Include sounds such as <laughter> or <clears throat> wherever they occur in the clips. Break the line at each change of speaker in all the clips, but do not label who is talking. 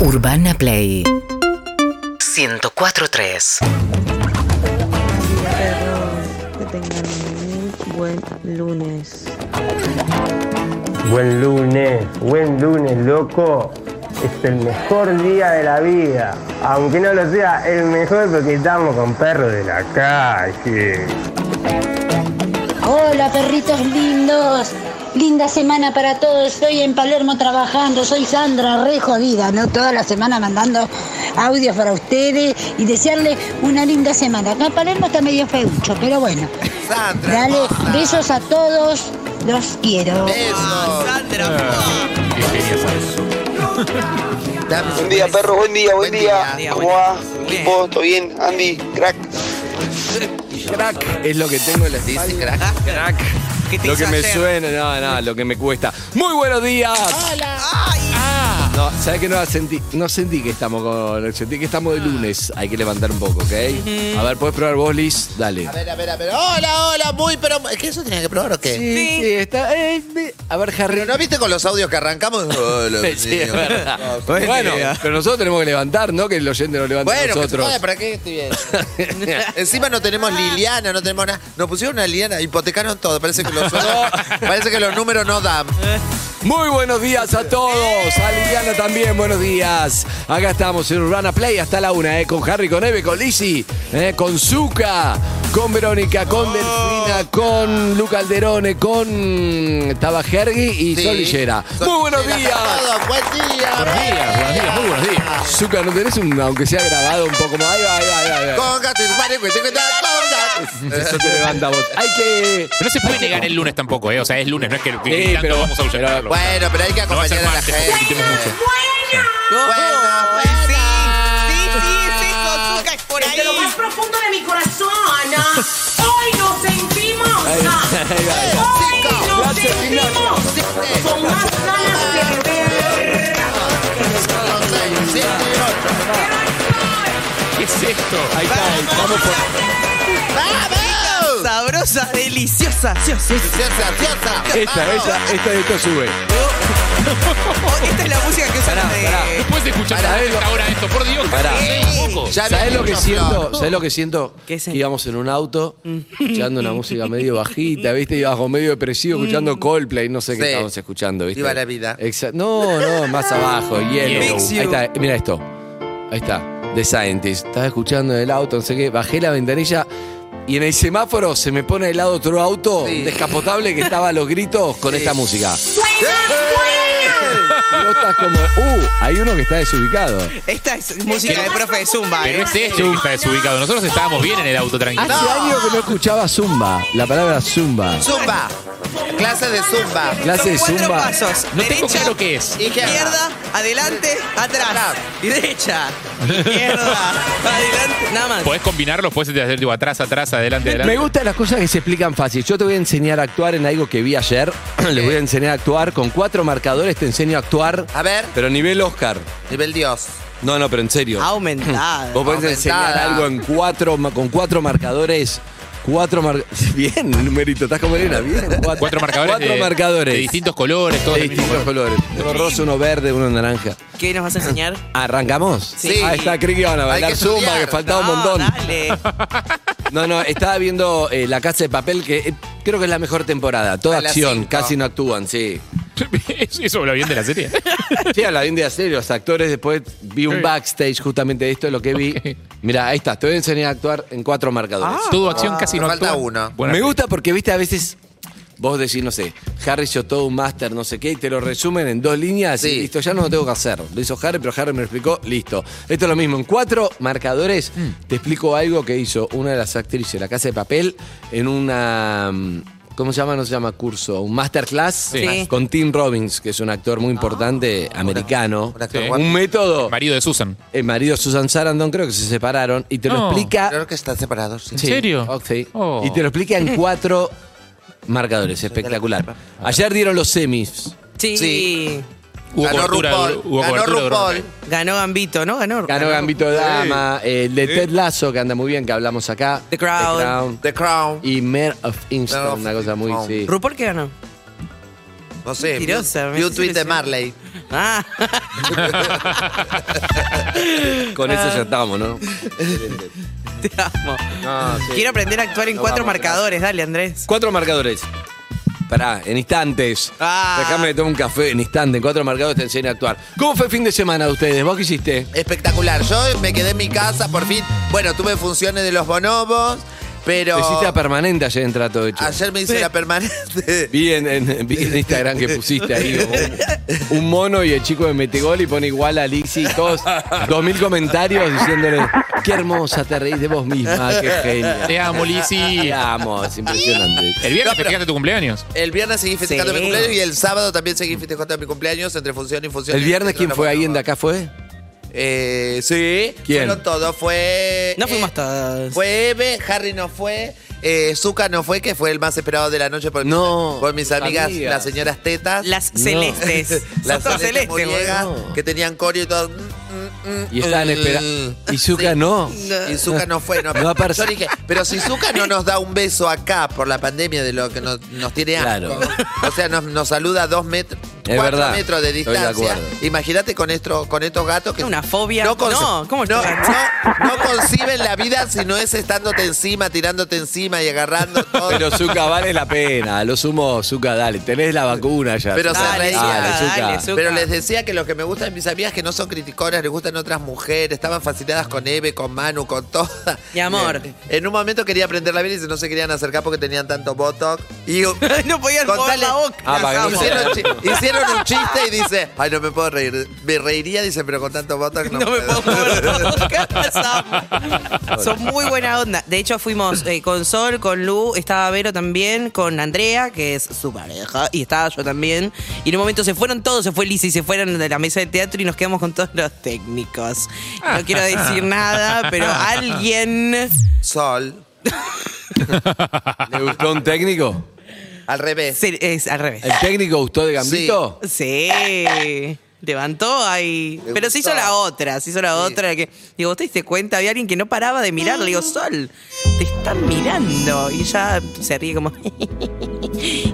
Urbana Play 1043.
Perros, que tengan un buen lunes.
Buen lunes, buen lunes, loco. Es el mejor día de la vida. Aunque no lo sea el mejor porque estamos con perros de la calle.
Hola perritos lindos, linda semana para todos. Estoy en Palermo trabajando, soy Sandra, re jodida, ¿no? Toda la semana mandando audios para ustedes y desearles una linda semana. Acá en Palermo está medio feucho, pero bueno. Dale, besos a todos, los quiero.
Buen día, perro, buen día, buen, día. ¿Cómo va? Equipo, ¿Todo bien? Andy, crack.
Crack es lo que tengo en la espalda. crack. Lo que me suena, no, no, lo que me cuesta. Muy buenos días. Hola. No, ¿sabes que no la sentí? No sentí que estamos con. Sentí que estamos de lunes. Hay que levantar un poco, ¿ok? A ver, ¿puedes probar vos, Liz? Dale.
A ver, a ver, a ver. Hola, hola, muy, pero. ¿Qué eso tenía que probar o qué?
Sí, sí, está. eh, eh. a ver, Harry.
Pero no viste con los audios que arrancamos.
<laughs>
Hola,
Sí, es
niños.
verdad.
No,
Bueno, pero nosotros tenemos que levantar, ¿no? Que el oyente nos levante a
Bueno, que se
nosotros. Ah.
joda, ¿para qué estoy
<laughs>
bien? Encima no tenemos Liliana, no tenemos nada. Nos pusieron una Liliana, hipotecaron todo. Parece que los,
<laughs>
parece que los números no dan.
Muy buenos días a todos. A Liliana también, buenos días. Acá estamos en Urbana Play hasta la una, ¿eh? con Harry, con Eve, con Lizzy, ¿eh? con Zuka, con Verónica, con Delfina, con Luca Alderone, con Tabajergui y
Sí.
Solillera. Muy buenos
Solillera,
días.
todo, Buen día.
Buenos días, buenos días, muy buenos días. Zuka, ¿no tenés un, aunque sea grabado un poco más? Ahí va, ahí va, ahí va, ahí va.
Con gato y su madre, con cincuenta, con gato.
Eso te levanta vos. Hay que...
Pero no se puede negar el lunes tampoco, ¿eh? O sea, es lunes, no es que que
Sí,
tanto
pero-
vamos a ahuyentarlo.
Bueno, pero hay que
No va a
acompañar
ser
a la
martes,
gente.
porque sentimos mucho.
Bueno, bueno.
Desde lo más profundo de mi corazón, ah, hoy nos sentimos,
Ahí va,
ah,
ahí va, ahí va.
hoy nos
Gracias,
sentimos con más ganas de beber.
¿Qué es esto?
Ahí está, ahí estamos por...
¡Vamos!
Sabrosa, deliciosa.
Cierta, cierta.
Esta, esta, esta, esta sube.
Oh, esta es la música que usan
Pará,
las de-
pará.
Después de escuchar
Pará,
esta hora esto, por Dios,
Pará.
un poco.
Ya
¿Sabes
viene
lo que
una
siento?
flor.
¿Sabes lo que siento?
¿Qué es?
Que íbamos en un auto
Mm.
escuchando una música medio bajita, ¿viste? Y bajo medio depresivo escuchando Coldplay, no sé qué
Mm. Sí.
estábamos escuchando, ¿viste?
Viva la vida.
Exa- no, no, más abajo, hielo.
Fix
Ahí
you.
está, mira esto. Ahí está, The Scientist. Estaba escuchando en el auto, no sé qué. Bajé la ventanilla y en el semáforo se me pone al lado otro auto
Sí.
descapotable que estaba a los gritos con esta música.
¡Sí!
Y vos estás como, uh, hay uno que está desubicado.
Esta es música de profe de Zumba.
Pero
¿eh?
es este que está desubicado. Nosotros estábamos bien en el auto,
Hace
tranquilo.
años que no escuchaba Zumba, la palabra Zumba.
Zumba. Clase de zumba.
Clase de
Son cuatro
Zumba.
pasos.
No tengo
derecha,
claro qué es.
Izquierda.
Izquierda, adelante, atrás.
Atrás.
Y derecha.
<laughs>
Izquierda, adelante, nada más.
Podés combinarlos, podés hacer tipo atrás, atrás, adelante,
Me
adelante.
gustan las cosas que se explican fácil. Yo te voy a enseñar a actuar en algo que vi ayer. <clears throat> Les voy a enseñar a actuar. Con cuatro marcadores te enseño a actuar.
A ver,
Pero nivel Oscar.
nivel Dios.
No, no, pero en serio. Vos
Aumentada.
podés enseñar
Aumentada.
algo en cuatro, ma- con cuatro marcadores. Cuatro marcadores. <laughs> Bien, numerito. Estás como Elena. Bien. Cuatro,
Cuatro marcadores.
Cuatro
de,
marcadores.
De distintos colores, todos
De
del mismo
distintos colores. Uno rosa, uno verde, uno naranja.
¿Qué nos vas a enseñar?
¿Arrancamos?
Sí.
Ahí está, creí que iban a
Hay
bailar
que
zumba,
estudiar.
que faltaba un
No,
montón.
Dale.
No, no, estaba viendo eh, La Casa de Papel, que eh, creo que es la mejor temporada. Toda
A las
acción,
cinco.
casi no actúan, sí.
color. <laughs> Eso- Eso habla bien de la serie.
Sí, a la bien de hacer, los actores. Después vi un
Sí.
backstage justamente de esto, es lo que vi. Mira, ahí está, te voy a enseñar a actuar en cuatro
Ah.
marcadores.
Todo acción casi
me
no
falta
actúa.
uno.
Ah. Me
Buena peli.
gusta porque, viste, a veces vos decís, no sé, Harry hizo todo un máster, no sé qué, y te lo resumen en dos líneas y
Sí.
listo, ya no lo tengo que hacer. Lo hizo Harry, pero Harry me lo explicó, listo. Esto es lo mismo, en cuatro marcadores
Mm.
te explico algo que hizo una de las actrices de La Casa de Papel en una... mm, ¿Cómo se llama? No se llama curso, un masterclass
Sí.
con Tim Robbins, que es un actor muy importante americano.
un actor
Sí.
guapo.
Un método.
Marido de Susan.
El marido Susan Sarandon creo que se separaron y te
No.
lo explica
Creo que están separados. sí.
¿En serio?
Ok.
Oh.
Y te lo explica en cuatro marcadores. Espectacular. Ayer dieron los semis.
Sí.
Sí.
Hubo
Ganó
cobertura,
RuPaul.
hubo
Ganó
cobertura de
RuPaul.
Uruguay.
Ganó Gambito, ¿no? Ganó.
Ganó Gambito de Dama, eh, el de Ted Lasso, que anda muy bien, que hablamos acá.
The Crown.
The Crown.
Y Mare of
Mare
Instant,
of
una cosa muy...
Easttown.
Sí.
¿Rupor qué ganó?
No sé.
Mentirosa, me
Vi un
hace
tweet de
ilusión.
Marley.
Ah.
<laughs> Con eso ya estamos, ¿no?
Ah.
<laughs>
Te amo.
No, sí.
Quiero aprender a actuar en
No,
cuatro
vamos,
marcadores. Dale, Andrés.
Cuatro marcadores. Pará, en instantes.
Ah.
Déjame que tome un café en instante. En cuatro marcadores te enseño a actuar. ¿Cómo fue el fin de semana de ustedes? ¿Vos qué hiciste?
Espectacular. Yo me quedé en mi casa, por fin. Bueno, tuve funciones de los bonobos, pero.
Te hiciste a permanente ayer en trato hecho.
Ayer me hice la permanente.
Vi en, en- vi en Instagram que pusiste ahí como un, un mono y el chico de Metegol y pone igual a Lixi y todos dos mil comentarios diciéndole qué hermosa te reís de vos misma, qué genia.
Te amo, Lizzy.
Te amo, es impresionante.
<laughs> El viernes festejaste
<laughs>
tu cumpleaños.
El viernes seguí festejando
Sí.
mi cumpleaños y el sábado también seguí festejando mi cumpleaños entre función y función.
El viernes quién fue ahí en de
Dacá?
acá fue?
Eh, sí.
¿Quién?
Fueron todos. Fue.
No
eh,
fuimos todos.
Fue Eve, Harry no fue, eh, Zuka no fue, que fue el más esperado de la noche por,
No,
por mis amigas,
amigas.
las señoras tetas.
Las
No.
celestes.
<laughs> las
Las todas
celestes
celestes,
muñecas,
boludo.
que tenían coreo y todo. Mm,
Y estaban esperando. Y Zuka no.
Y Zuka no
<laughs>
fue, no.
No apareció.
Yo dije, pero si Zuka no nos da un beso acá por la pandemia de lo que nos, nos tiene asco.
Claro.
O sea, nos, nos saluda a dos metros,
Es
cuatro
verdad.
metros de
Estoy de
distancia.
acuerdo.
Imagínate con esto, con estos gatos que.
Una fobia. No, ¿cómo
no,
estás?
no- no conciben la vida si no es estándote encima, tirándote encima y
<laughs>
agarrando todo.
Pero Zuka vale la pena. A lo sumo, Zuka, dale. Tenés la vacuna ya.
Pero se
Dale,
reía.
Zuka,
Dale, Zuka.
dale, Zuka.
Pero les decía que lo que me gusta de mis amigas que no son criticonas, les gustan otras mujeres, estaban fascinadas con Eve, con Manu, con todas. Eh,
Mi amor.
En un momento quería aprender la vida y no se querían acercar porque tenían tanto botox.
<laughs>
Y
No podían mover
Contale-
la boca.
Ah, para que no se-
hicieron, chi- hicieron un chiste y dice, ay, no me puedo reír. Me reiría, dice, pero con tanto botox no,
No me puedo mover la boca. Sam. Son muy buena onda. De hecho, fuimos eh, con Sol, con Lu, estaba Vero también, con Andrea, que es su pareja, Ah, y estaba yo también. Y en un momento se fueron todos, se fue Lisa y se fueron de la mesa de teatro y nos quedamos con todos los técnicos. No quiero decir nada, pero alguien.
<laughs> Sol,
¿Le gustó un técnico?
al revés.
se- es al revés.
¿El técnico gustó de Gambito?
Sí. Levantó ahí.
Le
Pero se hizo
gustó.
la otra, se hizo la otra. Que, digo, ¿usted se diste cuenta? Había alguien que no paraba de mirar. Le digo, Sol, te están mirando. Y ya se ríe como. <laughs>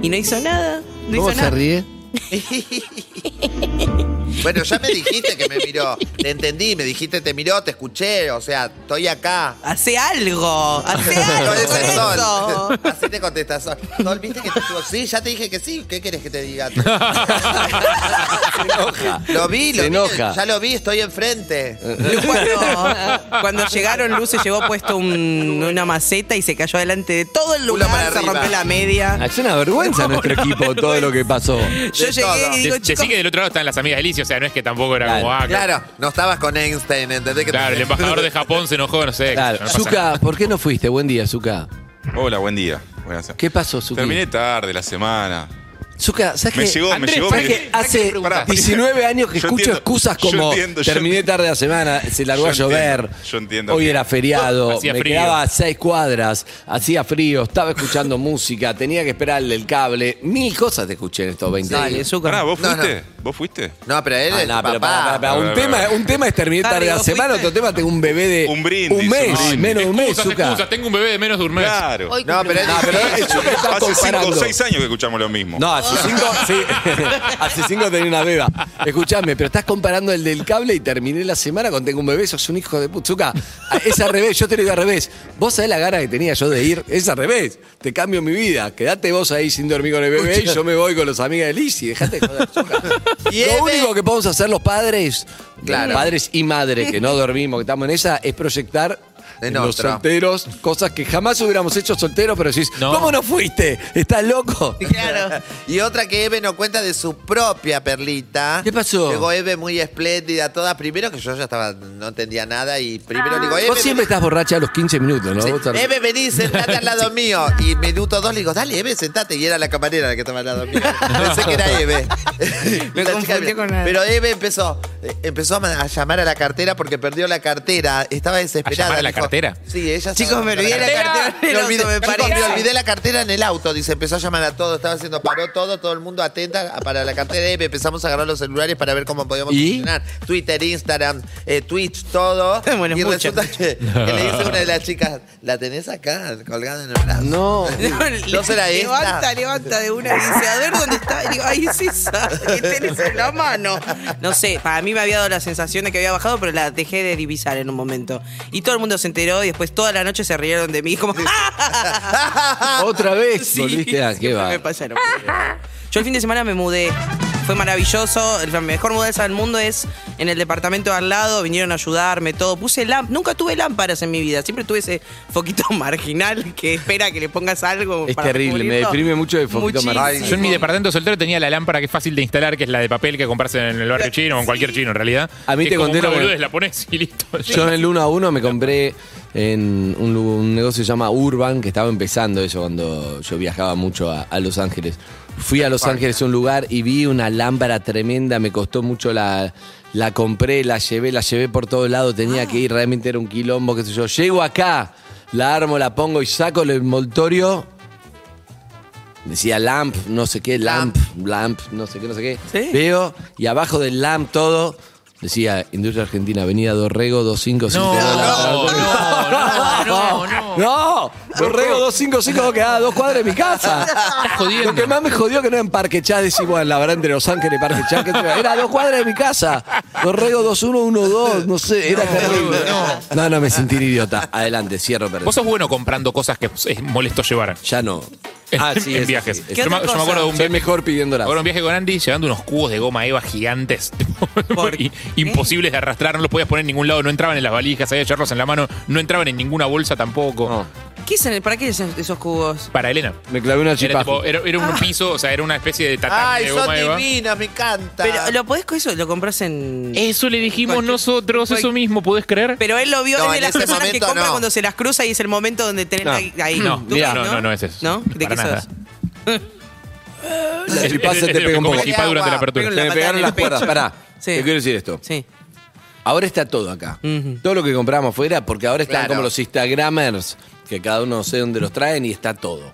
y no hizo nada. No
¿Cómo
hizo
se
nada.
ríe?
Bueno, ya me dijiste que me miró. Te entendí, me dijiste, te miró, te escuché. O sea, estoy acá.
Hace algo. Hace algo.
No, ese
con
es Sol.
eso.
Así te contestas, Sol. Sol, viste que te digo, sí, ya te dije que sí. ¿Qué querés que
<laughs>
te diga?
enoja.
Lo vi, lo
Se
vi.
enoja.
Ya lo vi, estoy enfrente.
Cuando, cuando llegaron, Luz se llevó puesto un- una maceta y se cayó delante de todo el
Culo para
lugar. Se
arriba.
rompió la media.
<laughs> Es una vergüenza nuestro equipo, todo lo que pasó.
Yo
De
llegué
todo.
y
De-
digo,
<laughs> decí
chicos,
que del otro lado están las amigas de Lizzy, o sea, no es que tampoco era
Claro.
como ah,
Claro, no estabas con Einstein, ¿entendés? Que
Claro, el embajador de Japón se enojó, no sé.
Claro.
no pasa nada.
Zuka, ¿por qué no fuiste? Buen día, Zuka.
Hola, buen día. Buenas-
¿Qué pasó, Zuki?
Terminé tarde la semana.
Zuka, ¿sabes
Me
qué?
llegó,
Andrés,
me llegó.
¿sabes
mi-
qué? hace
Pará.
19 años que
Yo
escucho
entiendo,
excusas
yo
como
entiendo, yo
terminé
entiendo.
tarde la semana, se largó a
Yo
llover,
entiendo, yo entiendo
hoy
que-
era
<laughs>
feriado,
Hacía
me
frío.
quedaba a 6 cuadras, hacía frío, estaba escuchando <laughs> música, tenía que esperar el del cable, mil cosas te escuché en estos 20 años.
dale, Zucca.
Pará, ¿vos
No,
fuiste? ¿Vos fuiste?
No, pero él
Ah,
es
no,
papá.
pero pará, pará, pará.
A
Un,
ver,
tema,
a ver.
un tema es terminar tarde la
Tarde,
semana,
¿fuiste?
otro tema tengo un bebé de
Un brindis,
un mes,
un brindis.
menos de un mes,
Excusas,
Zucca.
excusas, tengo un bebé de menos de un mes.
Claro.
No, pero él
No, pero el Zucca está
Hace 5 o
comparando.
6 años que escuchamos lo mismo.
No, hace cinco, sí, hace cinco tenía una beba. Escuchame, pero estás comparando el del cable y terminé la semana con tengo un bebé, sos un hijo de putuca. Es al revés, yo te lo digo al revés. Vos sabés la gana que tenía yo de ir, es al revés. Te cambio mi vida. Quedate vos ahí sin dormir con el bebé y yo me voy con los amigas de Lizzy. Dejate de joder, Zucca.
Y Eve-
Lo único que podemos hacer los padres,
Claro.
padres y madres que no dormimos, que estamos en esa, es proyectar.
En
en los
otra.
solteros, cosas que jamás hubiéramos hecho solteros, pero decís,
No.
¿cómo no fuiste? ¿Estás loco? <laughs>
Claro.
Y otra que Eve no cuenta de su propia perlita.
¿Qué pasó?
Llegó Eve muy espléndida, toda. Primero que yo ya estaba, no entendía nada. Y primero le digo, Eve.
Ah, Vos siempre estás borracha a los 15 minutos, ¿no?
Sí,
Vos tar-
Eve, vení, sentate
<laughs>
al lado mío. Y minuto dos le digo, dale, Eve, sentate. Y era la camarera la que estaba al lado mío. Pensé que
<laughs>
era Eve. La chica
confundió
Eve.
con la-
Pero Eve empezó, eh, empezó a ma- a llamar a la cartera porque perdió la cartera. Estaba desesperada.
¿A llamar a la
dijo-
cartera?
Sí, ella
Chicos, me olvidé la cartera en el
Me olvidé,
auto, me
chicos,
parece.
me olvidé la cartera en el auto. Dice, empezó a llamar a todos. Estaba haciendo, paró todo, todo el mundo atenta a- para la cartera de Eve. Empezamos a agarrar los celulares para ver cómo podíamos
¿Y?
funcionar. Twitter, Instagram, eh, Twitch, todo.
<laughs> Bueno,
y
mucho.
resulta que, que le <laughs> dice una de las chicas, la tenés acá, colgada en el brazo. <laughs>
No.
No será esta.
levanta, levanta de una y dice, a ver dónde está. Y digo, ay, es esa que tenés en la mano. No sé, para mí mí me había dado la sensación de que había bajado, pero la dejé de divisar en un momento. Y todo el mundo se enteró y después toda la noche se rieron de mí. Como,
<laughs> Otra vez volviste a- qué
siempre
va.
me pasa, no puedo creer. Yo el fin de semana me mudé. Fue maravilloso. La mejor mudanza del mundo es en el departamento de al lado. Vinieron a ayudarme, todo. Puse lámparas. Nunca tuve lámparas en mi vida. Siempre tuve ese foquito <laughs> marginal que espera que le pongas algo.
Es
para
terrible, me
cubrirlo.
deprime mucho el foquito
Muchísimo.
marrón.
Yo en mi departamento soltero tenía la lámpara que es fácil de instalar, que es la de papel que compras en el barrio chino o en cualquier chino en realidad.
A mí
Que
te
es como
conté
una
lo que-
boludez, la pones y listo.
Yo en el 1 a 1 me compré en un, lu- un negocio que se llama Urban, que estaba empezando eso cuando yo viajaba mucho a, a Los Ángeles. Fui a Los Ángeles a un lugar y vi una lámpara tremenda, me costó mucho la, la compré, la llevé, la llevé por todos lados, tenía que ir, realmente era un quilombo, qué sé yo. Llego acá, la armo, la pongo y saco el envoltorio. Decía lamp, no sé qué, lamp, lamp, no sé qué, no sé qué. Veo y abajo del lamp todo decía Industria Argentina, Avenida Dorrego 255.
No, no, no,
no, Dorrego 255 quedaba a dos cuadras de mi casa. Lo que más me jodió que no era en Parque Chas, decimos, bueno, la verdad, entre Los Ángeles y Parque Chas, que era a dos cuadras de mi casa. Dorrego 2112, no sé, era terrible. No. no, me sentí un idiota. Adelante, cierro, perdón.
Vos sos bueno comprando cosas que es molesto llevar.
Ya no. Ah, sí,
en
es
viajes.
así, es
Yo, me,
así.
yo me acuerdo de un
Soy
viaje.
mejor
me
pidiéndola.
acuerdo de un viaje con Andy llevando unos cubos de goma Eva gigantes. <laughs> Y- imposibles de arrastrar, no los podías poner en ningún lado, no entraban en las valijas, había que llevarlos en la mano, no entraban en ninguna bolsa tampoco.
¿Qué es en el- ¿Para qué son esos cubos?
Para Elena.
Me clavé una
Era,
chipa.
tipo- era- era un piso, o sea, era una especie de tatami
Ay,
de goma
son
Eva.
divinas, me encanta.
Pero lo podés con eso, lo compras en.
Eso le dijimos nosotros, eso mismo, ¿podés creer?
Pero él lo vio
No,
desde
en
las
ese
personas que
momento
compra
no.
cuando se las cruza y es el momento donde tenés
No.
ahí. ahí.
No,
¿Tú
mira,
crees,
no, no, no es eso.
¿No? ¿De
Para
qué
nada.
sos?
La chipá se te pega un poco.
Chipá durante la
Se
apertura.
me pegaron las cuerdas. Pará, te quiero decir esto.
Sí.
Ahora está todo acá. Todo lo que compramos fuera, porque ahora están
Claro.
como los Instagramers, que cada uno sé dónde los traen y está todo.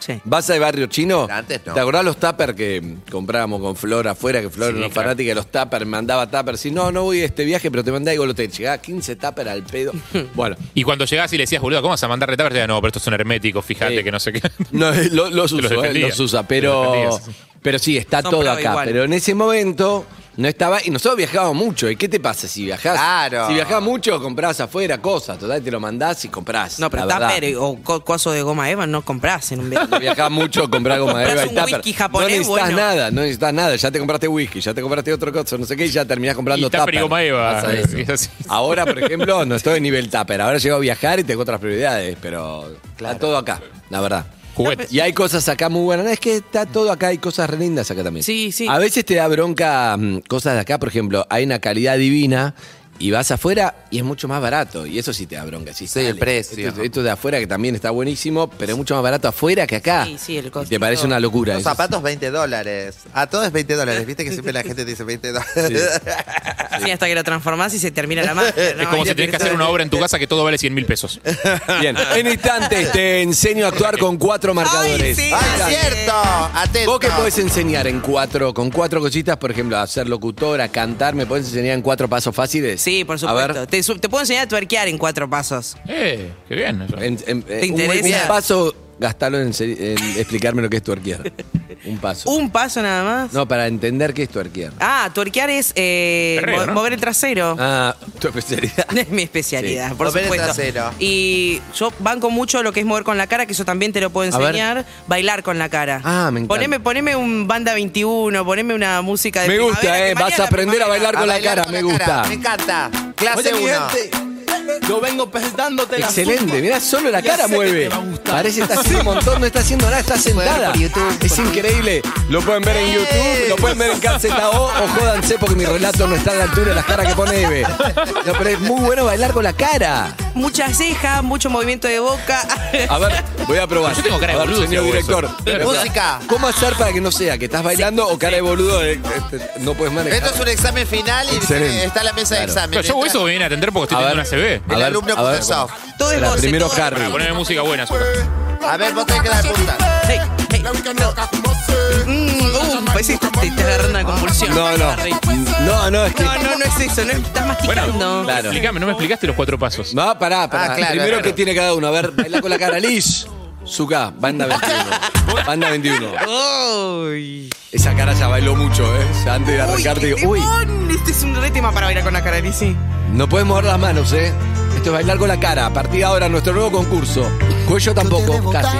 Sí.
Vas al barrio chino.
Antes no.
¿Te acordás los tuppers que comprábamos con Flor afuera? Que Flor
Sí,
era una
claro.
fanática de los tuppers, me mandaba tuppers. Si no, no voy a este viaje, pero te mandaba y vos lo te llegaba 15 tuppers al pedo. Bueno,
Y cuando llegás y le decías, boludo, ¿cómo vas a mandar retabas? Decía, no, pero estos son herméticos, fíjate que no sé qué. <laughs>
No, eh, lo- los
Te
usa,
los
eh,
defendía.
los usa,
Te los
pero,
defendía,
pero sí, está
Son
todo
pro
acá.
igual.
Pero en ese momento no estaba, y nosotros viajábamos mucho. ¿Y qué te pasa si viajás?
Claro.
Si viajás mucho, comprás afuera cosas, total, te lo mandás y comprás.
No, pero
la verdad.
tupper o co- coso de goma Eva no compras en un viaje.
Si Viajás mucho, comprás goma de
Comprás
Eva y
un
tupper.
whisky japonés,
no necesitas
bueno.
nada, no necesitas nada. Ya te compraste whisky, ya te compraste otro cosa, no sé qué, y ya terminás comprando
Y tupper y goma Eva.
Pasa
<laughs>
eso.
Es así.
Ahora, por ejemplo, no estoy en nivel tupper. Ahora llego a viajar y tengo otras prioridades, pero está todo acá, la verdad.
Juguetes.
Y hay cosas acá muy buenas. No, Es que está todo acá, hay cosas re lindas acá también.
Sí, sí.
A veces te da bronca mm, cosas de acá, por ejemplo, hay una calidad divina y vas afuera y es mucho más barato. Y eso sí te da bronca. Sí,
Sí, el precio.
Esto, esto de afuera que también está buenísimo, pero es mucho más barato afuera que acá.
Sí, sí, el
Y
costito.
te parece una locura.
Los
eso.
zapatos 20 dólares. A todo es 20 dólares. Viste que siempre la gente te dice 20 dólares. <laughs>
Sí, hasta que lo transformás y se termina la magia. ¿no?
Es como si tenés que hacer una obra en tu casa que todo vale 100 mil pesos.
Bien, en instantes te enseño a actuar con cuatro marcadores.
sí.
Ahí
¡Ay,
está.
cierto! Atento.
Vos que podés enseñar en cuatro, con cuatro cositas, por ejemplo, a ser locutora, cantar, ¿me podés enseñar en cuatro pasos fáciles?
Sí, por
A ver,
supuesto. Te, su- te puedo enseñar a tuerquear en cuatro pasos.
Eh, qué bien. eso.
En- en- eh, un,
interesa?
un paso, gastalo en, seri- en explicarme lo que es tuerquear. Un paso.
Un paso nada más.
No, para entender qué es tuerquear.
Ah, tuerquear es eh,
Perreo,
mo-
¿no?
mover el trasero.
Ah, tu especialidad.
Es mi especialidad,
Sí.
por
Mover el
supuesto.
trasero.
Y yo banco mucho lo que es mover con la cara, que eso también te lo puedo
A ver.
enseñar. Bailar con la cara.
Ah, me encanta.
Poneme, poneme un banda 21, poneme una música de
Me gusta,
primavera, que
eh.
mañana
Vas a aprender a
primavera.
bailar con la cara, me gusta.
Me encanta. Clase 1.
yo vengo presentándote Excelente, mirá, solo la cara mueve. Parece que está haciendo un montón, no está haciendo nada, está sentada. Es increíble. Lo pueden ver en YouTube, lo pueden ver en Calceta O, o jódanse porque mi relato no está a la altura de las caras que pone Eve. No, pero es muy bueno bailar con la cara.
<laughs> Mucha ceja, mucho movimiento de boca.
A ver, voy a probar.
Yo tengo cara de
A ver,
boludo,
señor
si hago
director.
eso.
Música.
¿Cómo hacer para que no sea que estás bailando o cara de boludo? eh, este, no puedes manejar.
Esto es un examen final y
Excelente.
está la mesa de
Claro.
examen.
Pero yo hago eso me viene a atender porque estoy
A
teniendo
ver.
una CB.
El
A ver,
alumno
a ver.
puso soft.
todo es
Espera,
voces,
primero
todo es-
Harry.
Para ponerme música buena. suena.
A ver, vos tenés que dar punta.
Hey, hey. Mm, uh, parece que te- te te agarra una convulsión.
No, no.
Harry.
No, no, es que.
No, no, no es eso, no estás masticando.
Bueno,
Claro.
explícame, no me explicaste los cuatro pasos.
No, pará, pará.
Ah, claro,
Primero
claro.
que tiene cada uno. A ver, baila con la cara, Liz. Zuka, banda 21. banda 21. Esa cara ya bailó mucho, ¿eh? Ya antes de arrancarte digo, uy,
Timón, Este es un re tema para bailar con la cara, sí.
no puedes mover las manos, ¿eh? Esto es bailar con la cara. A partir de ahora, nuestro nuevo concurso. Cuello tampoco, casi.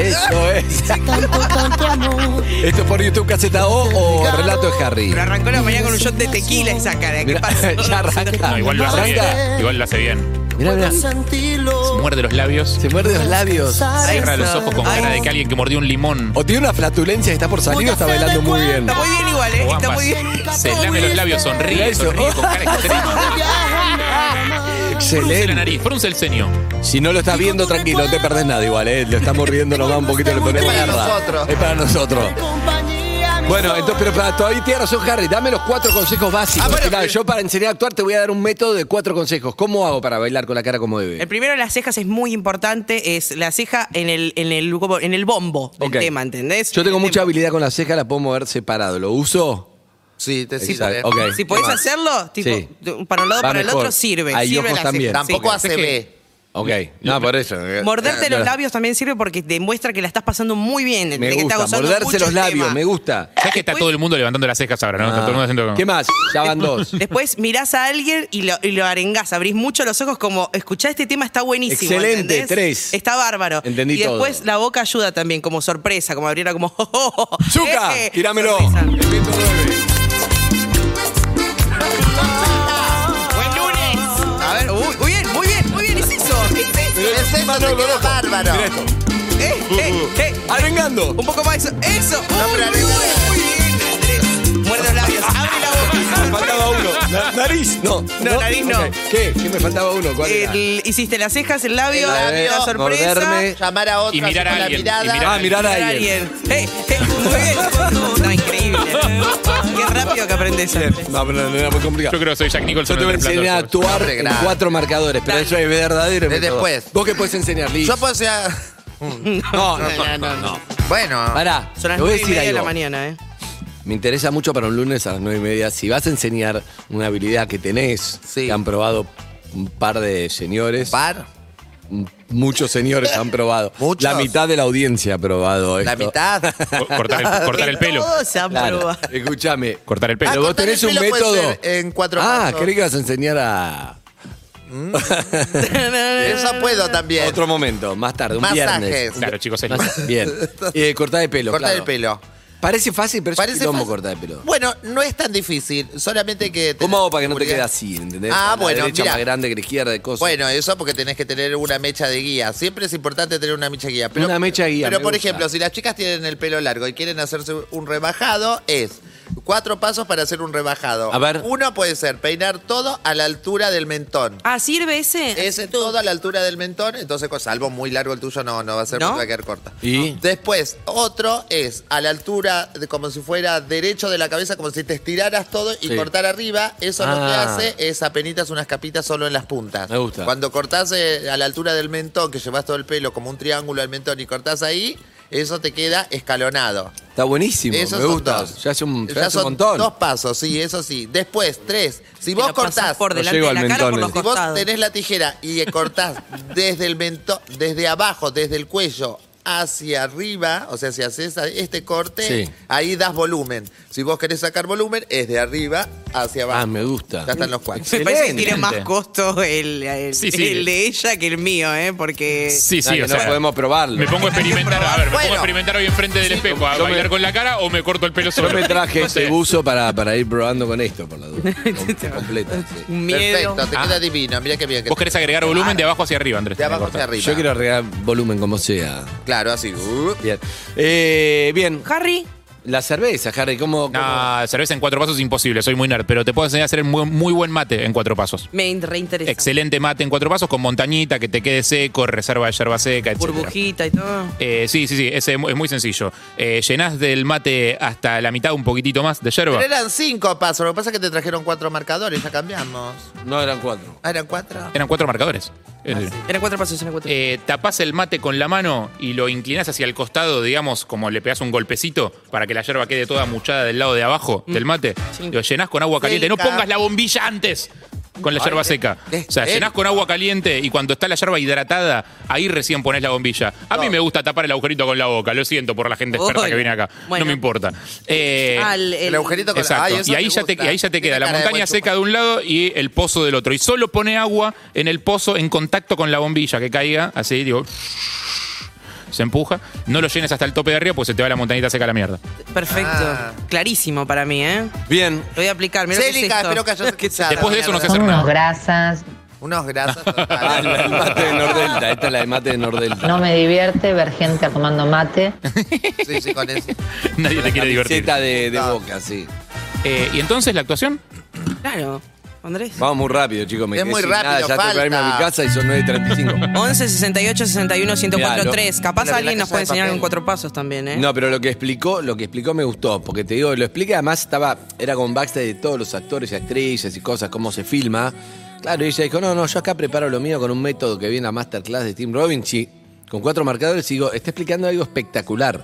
Eso es.
Tanto, tanto amor.
Esto es por YouTube Caseta O o Relato de Harry.
Pero arrancó la mañana con un shot de tequila esa cara. ¿Qué
Mirá,
pasa?
<laughs> ya arranca.
No, igual lo hace
Arranca.
bien. eh, Igual lo hace bien.
Mirá, mirá.
Se
Sentirlo.
muerde los labios.
Se muerde los labios.
Cierra los ojos con cara de que alguien que mordió un limón.
O tiene una flatulencia que está por salir o está bailando muy bien.
Está muy bien igual, ¿eh?
O
Está
ambas.
muy bien.
Se lame los labios,
Mirá
sonríe,
eso.
sonríe con cara extrema. Frunce la
Excelente.
nariz, frunce el ceño.
Si no lo estás viendo, tranquilo, no te perdés nada igual, ¿eh? Lo estamos riendo, nos va un poquito, le ponemos
para
garra.
nosotros.
Es para nosotros.
Compañía, mi
Bueno, entonces, pero para, todavía tienes razón, Harry. Dame los cuatro consejos básicos.
Ah, bueno,
Claro,
pero-
yo para enseñar a actuar te voy a dar un método de cuatro consejos. ¿Cómo hago para bailar con la cara como debe?
El primero, las cejas es muy importante. Es la ceja en el, en el, como en el bombo del
Ok.
tema, ¿entendés?
Yo tengo
El
mucha
tema.
habilidad con la ceja, la puedo mover separado. ¿Lo uso?
Sí, te eh.
Sí,
sirve.
ok.
Si podés
Va.
hacerlo, tipo,
Sí.
para un lado,
Va
para el
mejor.
otro, sirve.
Hay
sirve
ojos
la ceja.
también.
Tampoco
Sí.
hace B.
Ok, no, por eso.
Morderte
Claro.
los labios también sirve porque demuestra que la estás pasando muy bien.
Me
que está
gusta,
gozando mucho
morderse los
el
labios,
tema.
me gusta.
¿Sabes que está todo el mundo levantando las cejas ahora, no? Está todo el mundo haciendo como-
¿Qué más? Ya van dos.
<laughs> Después mirás a alguien y lo, y lo arengás, abrís mucho los ojos como, escuchá, este tema está buenísimo.
Excelente,
¿entendés?
tres.
Está bárbaro.
Entendí
y después
todo.
la boca ayuda también, como sorpresa, como abriera como... <laughs> "Oh, oh, oh,
¡Zuka!
eh".
¡Tirámelo!
Sorpresa.
El viento mueve.
¡Buen lunes! A ver, uy, muy bien, muy bien, muy bien, es eso. es eso.
Es eso, te queda bárbaro.
Mira esto.
Eh, eh, eh.
Arengando.
Un poco más eso. ¡Eso! Muy,
pero
muy, muy bien, Andrés. Muerde los labios, abre la boca.
Faltaba uno. Na- nariz. No.
No, nariz no.
Ok. ¿Qué? ¿Qué me faltaba uno? ¿Cuál era?
El- hiciste las cejas, el labio,
El labio,
la sorpresa.
morderme.
Llamar a otro,
Y mirar a
hacer una
alguien, y
mirada.
mirar
Ah, mirar a alguien.
Hey, hey, Eh, muy bien. No, increíble. Qué rápido que aprendes.
No, pero no era muy complicado.
Yo creo que soy Jack Nicholson.
Yo te
en
voy a
el
enseñar a
resplandor.
actuar
Hombre,
en
grande.
cuatro marcadores, pero eso es verdadero.
Es
método.
después.
¿Vos qué puedes enseñar, Liz?
Yo puedo ser.
No, no, no, no.
Bueno.
Pará,
Son las
te voy
nueve
a
y
decir
media de la
algo.
mañana, ¿eh?
Me interesa mucho para un lunes a las nueve y media. Si vas a enseñar una habilidad que tenés,
Sí.
que han probado un par de señores.
Par.
M- Muchos señores han probado.
Muchos.
La mitad de la audiencia ha probado esto.
La mitad.
<laughs>
Co- Cortar el,
<laughs>
cortar el pelo.
Todos han
Claro.
probado.
<laughs>
Escúchame.
Cortar el
Pero
Ah,
pelo.
vos
cortar
tenés
el
un
pelo puede
método.
ser en cuatro
ah,
pasos.
creí que vas a enseñar a
Eso puedo también.
otro momento, más tarde, un
Masajes.
Claro, chicos, es
viernes.
<laughs>
Bien. Eh, cortar el pelo.
Cortar
claro.
el pelo.
Parece fácil, pero es
Parece
un quilombo
fácil.
cortar el pelo.
Bueno, no es tan difícil. Solamente que.
¿Cómo hago para que no te
Seguridad.
quede así? ¿Entendés?
Ah,
A la
bueno,
derecha
mirá.
más grande que la izquierda de cosas.
Bueno, eso porque tenés que tener una mecha de guía. Siempre es importante tener una mecha de guía. Pero,
Una mecha de guía,
Pero,
me
por
gusta.
ejemplo, si las chicas tienen el pelo largo y quieren hacerse un rebajado, es cuatro pasos para hacer un rebajado.
A ver.
Uno puede ser peinar todo a la altura del mentón.
Ah, ¿sirve ese?
Ese todo a la altura del mentón, entonces, con- salvo muy largo el tuyo, no, no va a ser
¿No?
porque va a quedar corta.
¿Y?
Después, otro es a la altura, de, como si fuera derecho de la cabeza, como si te estiraras todo y
Sí.
cortar arriba. Eso lo que
Ah.
hace es apenitas unas capitas solo en las puntas.
Me gusta.
Cuando cortás eh, a la altura del mentón, que llevas todo el pelo como un triángulo al mentón y cortás ahí, eso te queda escalonado.
Está buenísimo,
Esos
me
son
gusta.
dos.
Ya hace un, ya
Ya
hace un
son
montón.
dos pasos, sí, eso sí. Después, tres. Si
Te
vos
lo pasás
cortás
por
No
delante
llego
de la
al
cara o por
mentón
los
ese.
si vos
costados.
tenés la tijera y
<laughs>
cortás desde el mento, desde abajo, desde el cuello hacia arriba, o sea, si haces a- este corte,
Sí.
ahí das volumen. Si vos querés sacar volumen, es de arriba hacia abajo.
Ah, me gusta.
Ya están los cuatro.
Me parece que tiene más
Excelente.
costo el, el-
Sí, sí.
el de ella que el mío, ¿eh? Porque...
Sí,
Ah,
sí,
que
o
no
sea,
podemos probarlo. <laughs>
Me pongo a experimentar, a ver, me pongo
Bueno.
a experimentar hoy enfrente del espejo, a
yo me-
bailar con la cara o me corto el pelo solo.
Yo me traje
No
este
sé.
buzo para, para ir probando con esto, por la
<laughs>
duda. Com- completa. sí.
Un miedo.
Perfecto, te
Ah.
queda divino. Mira qué bien. que
Vos
te-
querés agregar volumen de abajo hacia arriba, Andrés.
de abajo
Corta.
hacia arriba.
Yo quiero agregar volumen como sea.
Claro, así. Uh.
Bien. Eh, bien.
Harry,
La cerveza, Harry, ¿cómo? cómo-
No, cerveza en cuatro pasos es imposible, soy muy nerd, pero te puedo enseñar a hacer muy, muy buen mate en cuatro pasos.
me reinteresa.
Excelente mate en cuatro pasos con montañita, que te quede seco, reserva de yerba seca, etc.
Burbujita y todo.
sí, sí, sí, ese es mu- es muy sencillo. Eh, llenás del mate hasta la mitad, un poquitito más de yerba.
Pero eran cinco pasos. Lo que pasa es que te trajeron cuatro marcadores. Ya cambiamos.
No eran cuatro.
Ah, eran cuatro.
Eran cuatro marcadores. Eh,
Eran cuatro pasos, eran cuatro.
Eh, tapás el mate con la mano y lo inclinás hacia el costado, digamos, como le pegás un golpecito para que la yerba quede toda muchada del lado de abajo del mate. Lo llenás con agua caliente. No
Cerca.
pongas la bombilla antes. con la
Ay,
yerba
eh,
seca.
eh,
O sea,
eh.
llenás con agua caliente y cuando está la yerba hidratada, ahí recién pones la bombilla. A mí me gusta tapar el agujerito con la boca, lo siento por la gente experta
Uy.
que viene acá.
Bueno.
No me importa. Eh,
Ah, el- el- El agujerito con la-
Exacto.
ay, eso
y ahí
me
ya, te,
gusta.
ahí ya te
Tiene
queda la
cara de
montaña
buen
seca de un lado y el pozo del otro. Y solo pone agua en el pozo en contacto con la bombilla que caiga, así, digo. Se empuja, no lo llenes hasta el tope de arriba, pues se te va la montañita seca a la mierda.
Perfecto.
Ah.
Clarísimo para mí, ¿eh?
Bien.
Lo voy a aplicar. Mirá lo <laughs> que es
Célica,
esto.
espero que hayas escuchado.
Después de eso no sé hacer
Son
nada.
unos
grasas.
Unos
<laughs>
grasos.
Ah, la del mate de Nordelta. Esta es la de mate de Nordelta.
No me divierte ver gente tomando mate.
Sí, sí, con eso.
<laughs> Nadie te quiere divertir.
Camiseta de, de boca, sí.
Eh, ¿Y entonces la actuación?
Claro, Andrés.
Vamos muy rápido, chicos. Me
Es
quedé
muy
sin
rápido,
nada. Ya tengo
falta.
que irme a mi casa y son
<laughs>
9.35.
11 68 61 104 3.
Mirá,
Capaz
lo-
alguien nos
Casa de
puede enseñar
Papel.
en cuatro pasos también, ¿eh?
No, pero lo que explicó, lo que explicó me gustó, porque te digo, lo explica además estaba, era con backstage de todos los actores y actrices y cosas, cómo se filma. Claro, y ella dijo, no, no, yo acá preparo lo mío con un método que viene a Masterclass de Tim Robbins y con cuatro marcadores y digo, está explicando algo espectacular.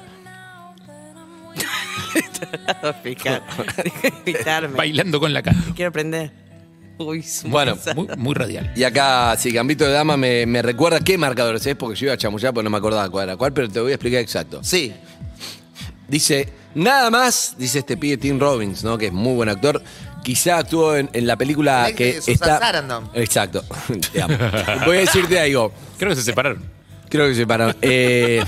Picar. Picarme.
Bailando con la cara.
Quiero aprender. Uy, su
Bueno,
casa.
muy, muy radial.
Y acá, sí, Gambito de Dama me, me recuerda qué marcadores es, porque yo iba a chamullar porque no me acordaba cuál era cuál, pero te voy a explicar exacto.
Sí.
Dice, nada más, dice este pibe Tim Robbins, ¿no? Que es muy buen actor. Quizá actuó en, en la película
Ex de
que
Susan
está...
Sarandon.
Exacto. <laughs> Te amo. Voy a decirte algo.
Creo que se separaron.
Creo que se pararon. Eh,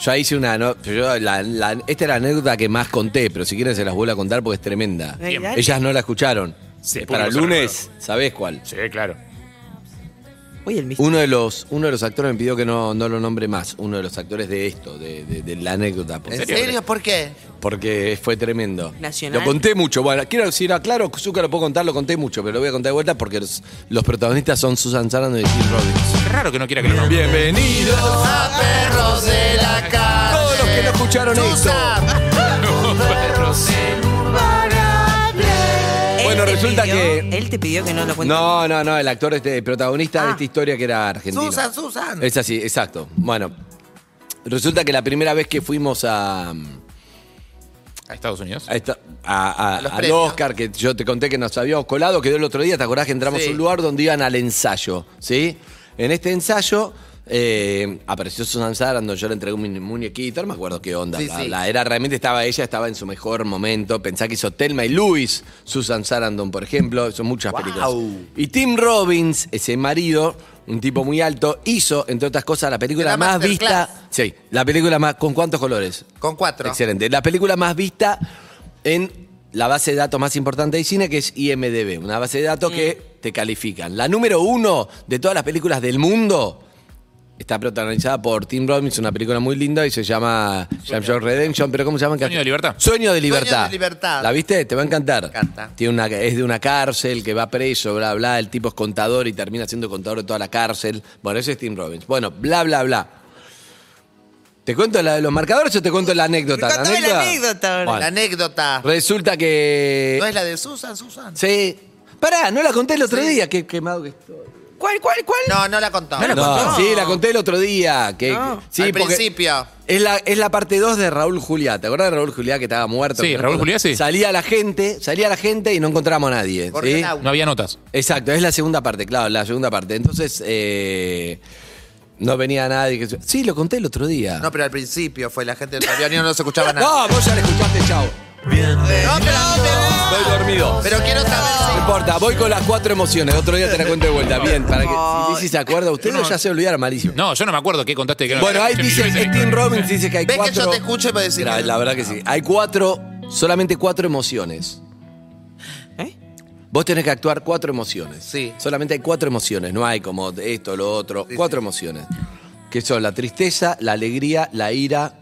yo ahí hice una... ¿no? Yo la- la- esta es la anécdota que más conté, pero si quieren se las vuelvo a contar porque es tremenda.
Bien.
dale.
Ellas no la escucharon.
Sí,
Para
porque no se
lunes, ¿sabés cuál?
Sí, claro.
Uy, el misterio.
Uno de los, uno de los actores me pidió que no, no lo nombre más. Uno de los actores de esto, de, de- de la anécdota.
¿En serio? ¿Por qué?
Porque fue tremendo.
Nacional.
Lo conté mucho. Bueno, quiero decir, aclaro, Zucca lo puedo contar, lo conté mucho, pero lo voy a contar de vuelta porque los, los protagonistas son Susan Sarandon y Tim Robbins.
Qué raro que no quiera que lo nombre.
Bienvenidos a
Perros de la calle.
todos los que no escucharon esto.
Él
Bueno,
te
resulta
pidió-
que-
Él te pidió que no lo cuentes.
No, no, no, el actor este, el protagonista de esta historia que era argentino.
Susan, Susan.
Es así, exacto. Bueno, resulta que la primera vez que fuimos a.
¿A Estados Unidos?
a esta- a- a-
A los
al
premios.
Oscar, que yo te conté que nos habíamos colado, quedó el otro día, ¿te acordás que entramos
Sí.
a un lugar donde iban al ensayo? ¿Sí? En este ensayo eh, apareció Susan Sarandon, yo le entregué un mini- muñequito, no me acuerdo qué onda.
Sí,
bla,
sí.
bla. Era realmente, estaba ella, estaba en su mejor momento. Pensá que hizo Telma y Luis, Susan Sarandon, por ejemplo, son muchas películas. Y Tim Robbins, ese marido, un tipo muy alto, hizo, entre otras cosas, la película
Era
más vista.
Masterclass.
Sí, la película más. ¿Con cuántos colores?
Con cuatro.
Excelente. La película más vista en la base de datos más importante de cine, que es IMDB, una base de datos que te califican. La número uno de todas las películas del mundo está protagonizada por Tim Robbins, una película muy linda y se llama Shawshank Redemption, pero ¿cómo se llama? en
Sueño de libertad.
Sueño de libertad.
Sueño de libertad.
¿La viste? Te va a encantar.
encanta.
Tiene una, es de una cárcel que va preso, bla, bla. El tipo es contador y termina siendo contador de toda la cárcel. Bueno, ese es Tim Robbins. Bueno, bla, bla, bla. ¿Te cuento la de los marcadores o te cuento la anécdota?
Contame la anécdota ahora.
Bueno,
La anécdota.
resulta que.
¿No es la de Susan, Susan?
Sí. Pará, no la conté el otro día. Qué quemado que estoy.
¿Cuál, cuál, cuál?
No, no la contó.
No, Sí, la conté el otro día. Que,
No.
sí,
Al
porque
principio.
Es la, es la parte 2 de Raúl Juliá. ¿Te acordás de Raúl Juliá que estaba muerto?
Sí,
Que no
Raúl
recuerdo.
Juliá, sí.
Salía la gente, salía la gente y no encontramos a nadie.
Jorge
¿sí?
Nau.
No había notas.
Exacto, es la segunda parte, claro, la segunda parte. Entonces, eh, no venía nadie. que- Sí, lo conté el otro día.
No, pero al principio fue la gente del avión y no
<laughs>
nos escuchaba nada.
No, vos ya le escuchaste, chao.
No, pero no te
Estoy dormido.
Pero quiero
No
saber
importa, voy con las cuatro emociones. Otro día te la cuento de vuelta. Bien, para que si Lizzy se acuerda, ustedes ya se olvidaron malísimo.
No, yo no me acuerdo qué contaste. Que no-
Bueno, ahí dice,
Sí.
Tim Robbins dice que hay
Ves que yo
cuatro.
te escucho y me decís
Gra-
que-
La verdad que sí. Hay cuatro, solamente cuatro emociones.
¿Eh?
Vos tenés que actuar cuatro emociones.
Sí.
Solamente hay cuatro emociones, no hay como esto, lo otro.
Sí,
cuatro
sí.
emociones. Que son la tristeza, la alegría, la ira,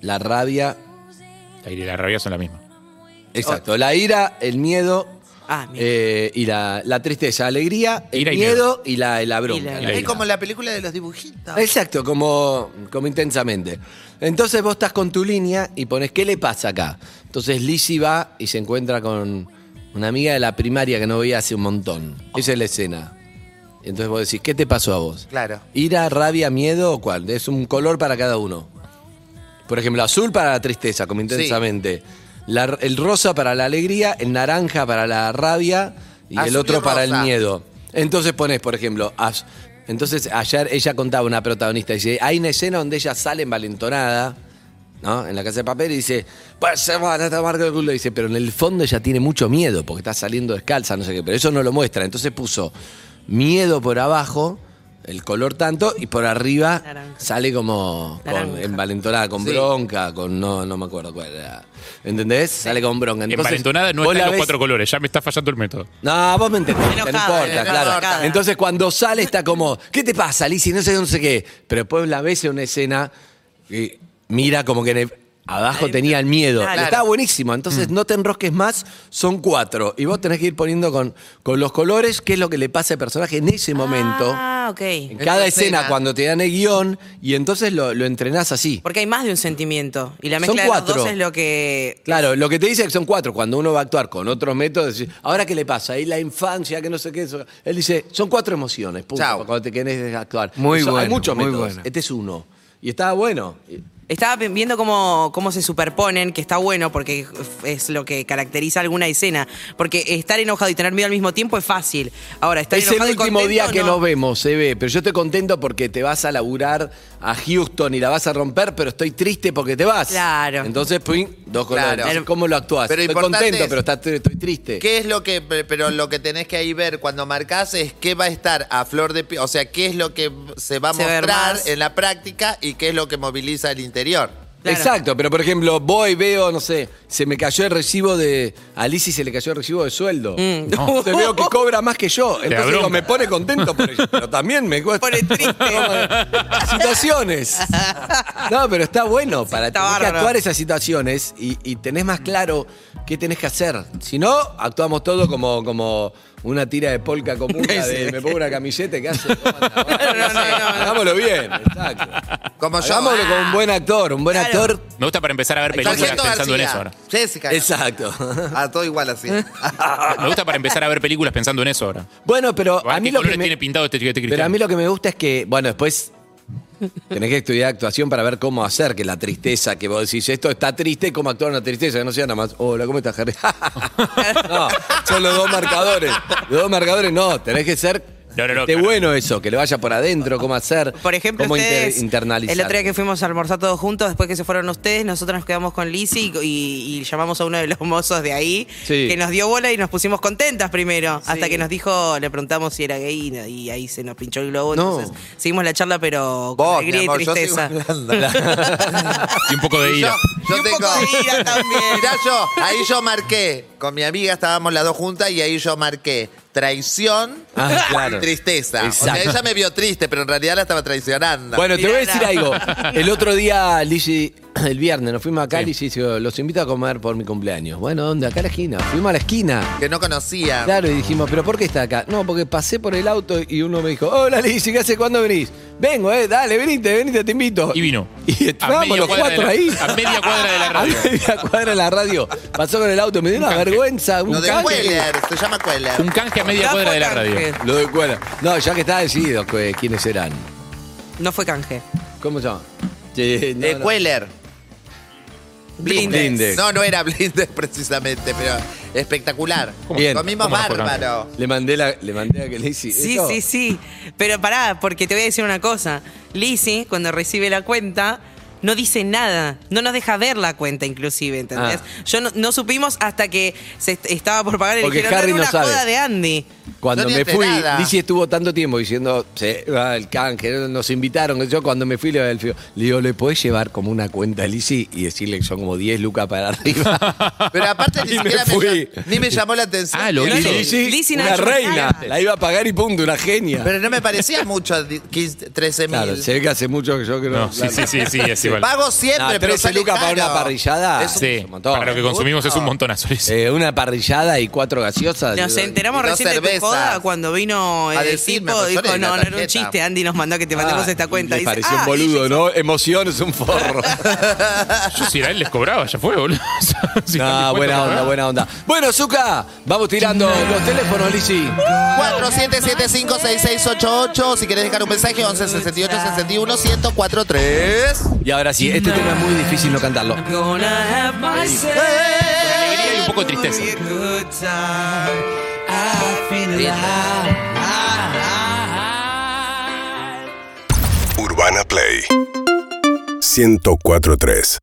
la rabia.
La ira y la rabia son la misma.
Exacto. La ira, el miedo.
Ah, mira.
eh, y la, la tristeza, alegría, el
Ira y
miedo y la, y la
Y
bronca.
la-
Y la
si. Es
ira.
como la película de los dibujitos.
Exacto, como, como intensamente. Entonces vos estás con tu línea y pones, ¿qué le pasa acá? Entonces Lizzie va y se encuentra con una amiga de la primaria que no veía hace un montón. Esa es la escena. Entonces vos decís, ¿qué te pasó a vos?
Claro.
¿Ira, rabia, miedo o cuál? Es un color para cada uno. Por ejemplo, azul para la tristeza, como intensamente. la- el rosa para la alegría, el naranja para la rabia y el
Azul y
otro para el
rosa.
miedo. Entonces pones, por ejemplo, as- entonces ayer ella contaba una protagonista, dice, hay una escena donde ella sale envalentonada, ¿no? En la casa de papel y dice, pues se van a tomar el culo. Dice, pero en el fondo ella tiene mucho miedo porque está saliendo descalza, no sé qué, pero eso no lo muestra. Entonces puso miedo por abajo, el color tanto, y por arriba sale como con-
Naranja.
envalentonada, con
Sí.
bronca, con no, no me acuerdo cuál era. ¿Entendés? Sale con bronca. Entonces,
Envalentonada no
vos
está
la
en los
ves-
cuatro colores, ya me está fallando el método.
no, vos me entendés, no
Enojada,
importa,
enojada.
claro.
Enojada.
Entonces cuando sale está como, ¿qué te pasa, Lizzy? No sé, no sé qué. Pero después la ves en una escena y mira como que en el- abajo tenía el miedo.
Claro. Mm.
Estaba buenísimo. Entonces no te enrosques más, son cuatro. Y vos tenés que ir poniendo con, con los colores qué es lo que le pasa al personaje en ese momento.
Ah, ok.
En cada escena, cuando te dan el guión, y entonces lo, lo entrenás así.
Porque hay más de un sentimiento. Y la
Son
mezcla de los
cuatro.
dos es lo que.
Claro, lo que te dice que son cuatro. Cuando uno va a actuar con otros métodos, decís, ¿ahora qué le pasa? Ahí la infancia, que no sé qué. eso. Él dice, son cuatro emociones, punto, cuando te querés actuar.
Muy
Eso- Hay
bueno,
muchos
muy
métodos.
bueno.
Este es uno. Y estaba bueno.
Estaba pe- viendo cómo, cómo se superponen, que está bueno porque es lo que caracteriza alguna escena. Porque estar enojado y tener miedo al mismo tiempo es fácil. Ahora, estar
es el
enojado y
último
contento,
día que
no.
nos vemos, se ve. Pero yo estoy contento porque te vas a laburar a Houston y la vas a romper, pero estoy triste porque te vas.
Claro.
Entonces, pum, dos colores.
Claro.
Entonces, ¿Cómo lo actuás?
Pero
estoy
importante
contento,
es-
pero está- estoy triste.
¿Qué es lo que, pero lo que tenés que ahí ver cuando marcás es qué va a estar a flor de piel, o sea, qué es lo que se va a
Se va a ver
mostrar
más.
en la práctica y qué es lo que moviliza el interior.
Exacto, pero por ejemplo, voy, veo, no sé, se me cayó el recibo de. A Lizzy se le cayó el recibo de sueldo.
Mm. no.
Te veo que cobra más que yo.
Te da
Entonces digo,
bronca.
me pone contento por ello, pero también me cuesta. Pone <laughs> triste. situaciones. No, pero está bueno para
está
tener que
bárbaro.
actuar esas situaciones y, y tenés más claro qué tenés que hacer. Si no, actuamos todo como, como una tira de
<laughs>
polka común la de me pongo una camiseta que hace. Hagámoslo bien, exacto.
Como yo. Ah,
Hagámoslo como un buen actor, un buen actor
Me gusta para empezar a ver películas
Sargento
pensando en
García,
eso ahora.
Jessica.
Exacto. <laughs>
Ah, todo igual
<laughs>
así.
Me gusta para empezar a ver películas pensando en eso ahora.
Bueno, pero a,
¿Qué
mí lo que
colores
me,
tiene pintado este chiquete
pero a
cristiano?
mí lo que me gusta es que, bueno, después tenés que estudiar actuación para ver cómo hacer que la tristeza que vos decís, esto está triste, cómo actuar una tristeza, que no sea nada más, hola, ¿cómo estás, Harry? <laughs> no, son los dos marcadores. Los dos marcadores no, tenés que ser
no,
esté bueno eso, que le vaya por adentro, cómo hacer,
Por ejemplo,
cómo inter-
ustedes,
internalizar.
el otro día que fuimos a almorzar todos juntos, después que se fueron ustedes, nosotros nos quedamos con Lizzy y, y llamamos a uno de los mozos de ahí,
Sí.
que nos dio bola y nos pusimos contentas primero, hasta que nos dijo, le preguntamos si era gay y no- y, ahí se nos pinchó el globo. <laughs>
No.
Entonces seguimos la charla, pero con
Vos,
alegría
mi amor,
y
yo sigo
tristeza. <laughs>
Ah,
Y un poco
<laughs>
de ira.
Yo tengo. Mirá, yo, ahí yo marqué. Con mi amiga estábamos las dos juntas y ahí yo marqué traición
Ah, claro.
y tristeza. O
Exacto.
sea, ella me vio triste, pero en realidad la estaba traicionando.
Bueno, te voy a decir
<laughs>
algo. El otro día, Lizzy, el viernes, nos fuimos acá, Lizzy dijo, los invito a comer por mi cumpleaños. Bueno, ¿dónde? Acá a la esquina. Fuimos a la esquina.
Que no conocía.
Claro, y dijimos, ¿pero por qué está acá? No, porque pasé por el auto y uno me dijo, hola Lizzy, ¿qué hace? ¿Cuándo venís? Vengo, eh, dale, venite, venite, te invito.
Y vino.
Y estábamos
media
los
cuadra de
cuatro
la-
ahí.
a media cuadra de la radio.
<laughs> A media cuadra de la radio. Pasó con el auto, me dio una vergüenza. Un
Lo de
canje.
Queller, se llama Queller.
Un canje a media cuadra de la radio.
Lo de Queller. No, ya que está decidido que- quiénes eran.
No fue canje.
¿Cómo se llama? Sí, no,
Eh,
no.
Queller. Blindes.
Blindes.
No, no era Blindes <laughs> precisamente, pero espectacular.
Bien.
Comimos
¿Cómo fue,
bárbaro.
Le mandé la, le mandé a que Lizzy.
Sí,
¿esto?
sí, sí. Pero pará, porque te voy a decir una cosa. Lizzie, cuando recibe la cuenta, no dice nada. No nos deja ver la cuenta, inclusive, ¿entendés?
Ah.
Yo no, no supimos hasta que se est- estaba por pagar el
Porque
dijeron,
Harry
era
no
una
sabe.
joda de Andy.
Cuando
No
me
dice
fui,
nada.
Lizzy estuvo tanto tiempo diciendo, se va el canje, nos invitaron. Yo cuando me fui le le digo, ¿le podés llevar como una cuenta a Lizzy y decirle que son como 10 lucas
<laughs>
para arriba?
Pero
<laughs>
aparte
Y
ni
me
siquiera me,
fui.
llam- ni me llamó la atención.
Ah, lo
Pero-
hizo.
Lizzy,
Lizzy no
una
hizo
reina,
nada.
la iba a pagar y punto, una genia.
Pero no me parecía mucho a di- 15, 13 mil.
Claro, se ve que hace mucho que yo creo.
No, sí, sí, sí, sí, es igual.
Pago siempre,
No,
pero
13
sale
lucas para
caro.
una parrillada.
Es un-
Sí, para lo que consumimos es un montonazo. Lizzy.
Eh, una parrillada y cuatro gaseosas.
Nos enteramos
y dos
recién de tu
cervezas.
joda cuando vino
A
el
decirme,
tipo. Dijo,
profesor, en la
no, no era un
tarjeta.
chiste. Andy nos mandó que te mandemos
Ah,
esta cuenta.
Le
Dice,
pareció un
"Ah,
boludo, ¿no? Emoción es un forro.
<laughs>
Yo si era él les cobraba, ya fue, boludo. <laughs> Si
Ah,
están
buena
dispuestos a
onda,
pagar.
buena onda. Bueno, Zuka, vamos tirando los teléfonos, Lizzy.
ah.
47756688. Si querés dejar un mensaje, 1168 61 1043.
Y ahora
ahora sí. Este tema es muy difícil no cantarlo.
Gonna have myself
alegría y un poco de tristeza.
a good time. I feel alive.
Urbana Play 104.3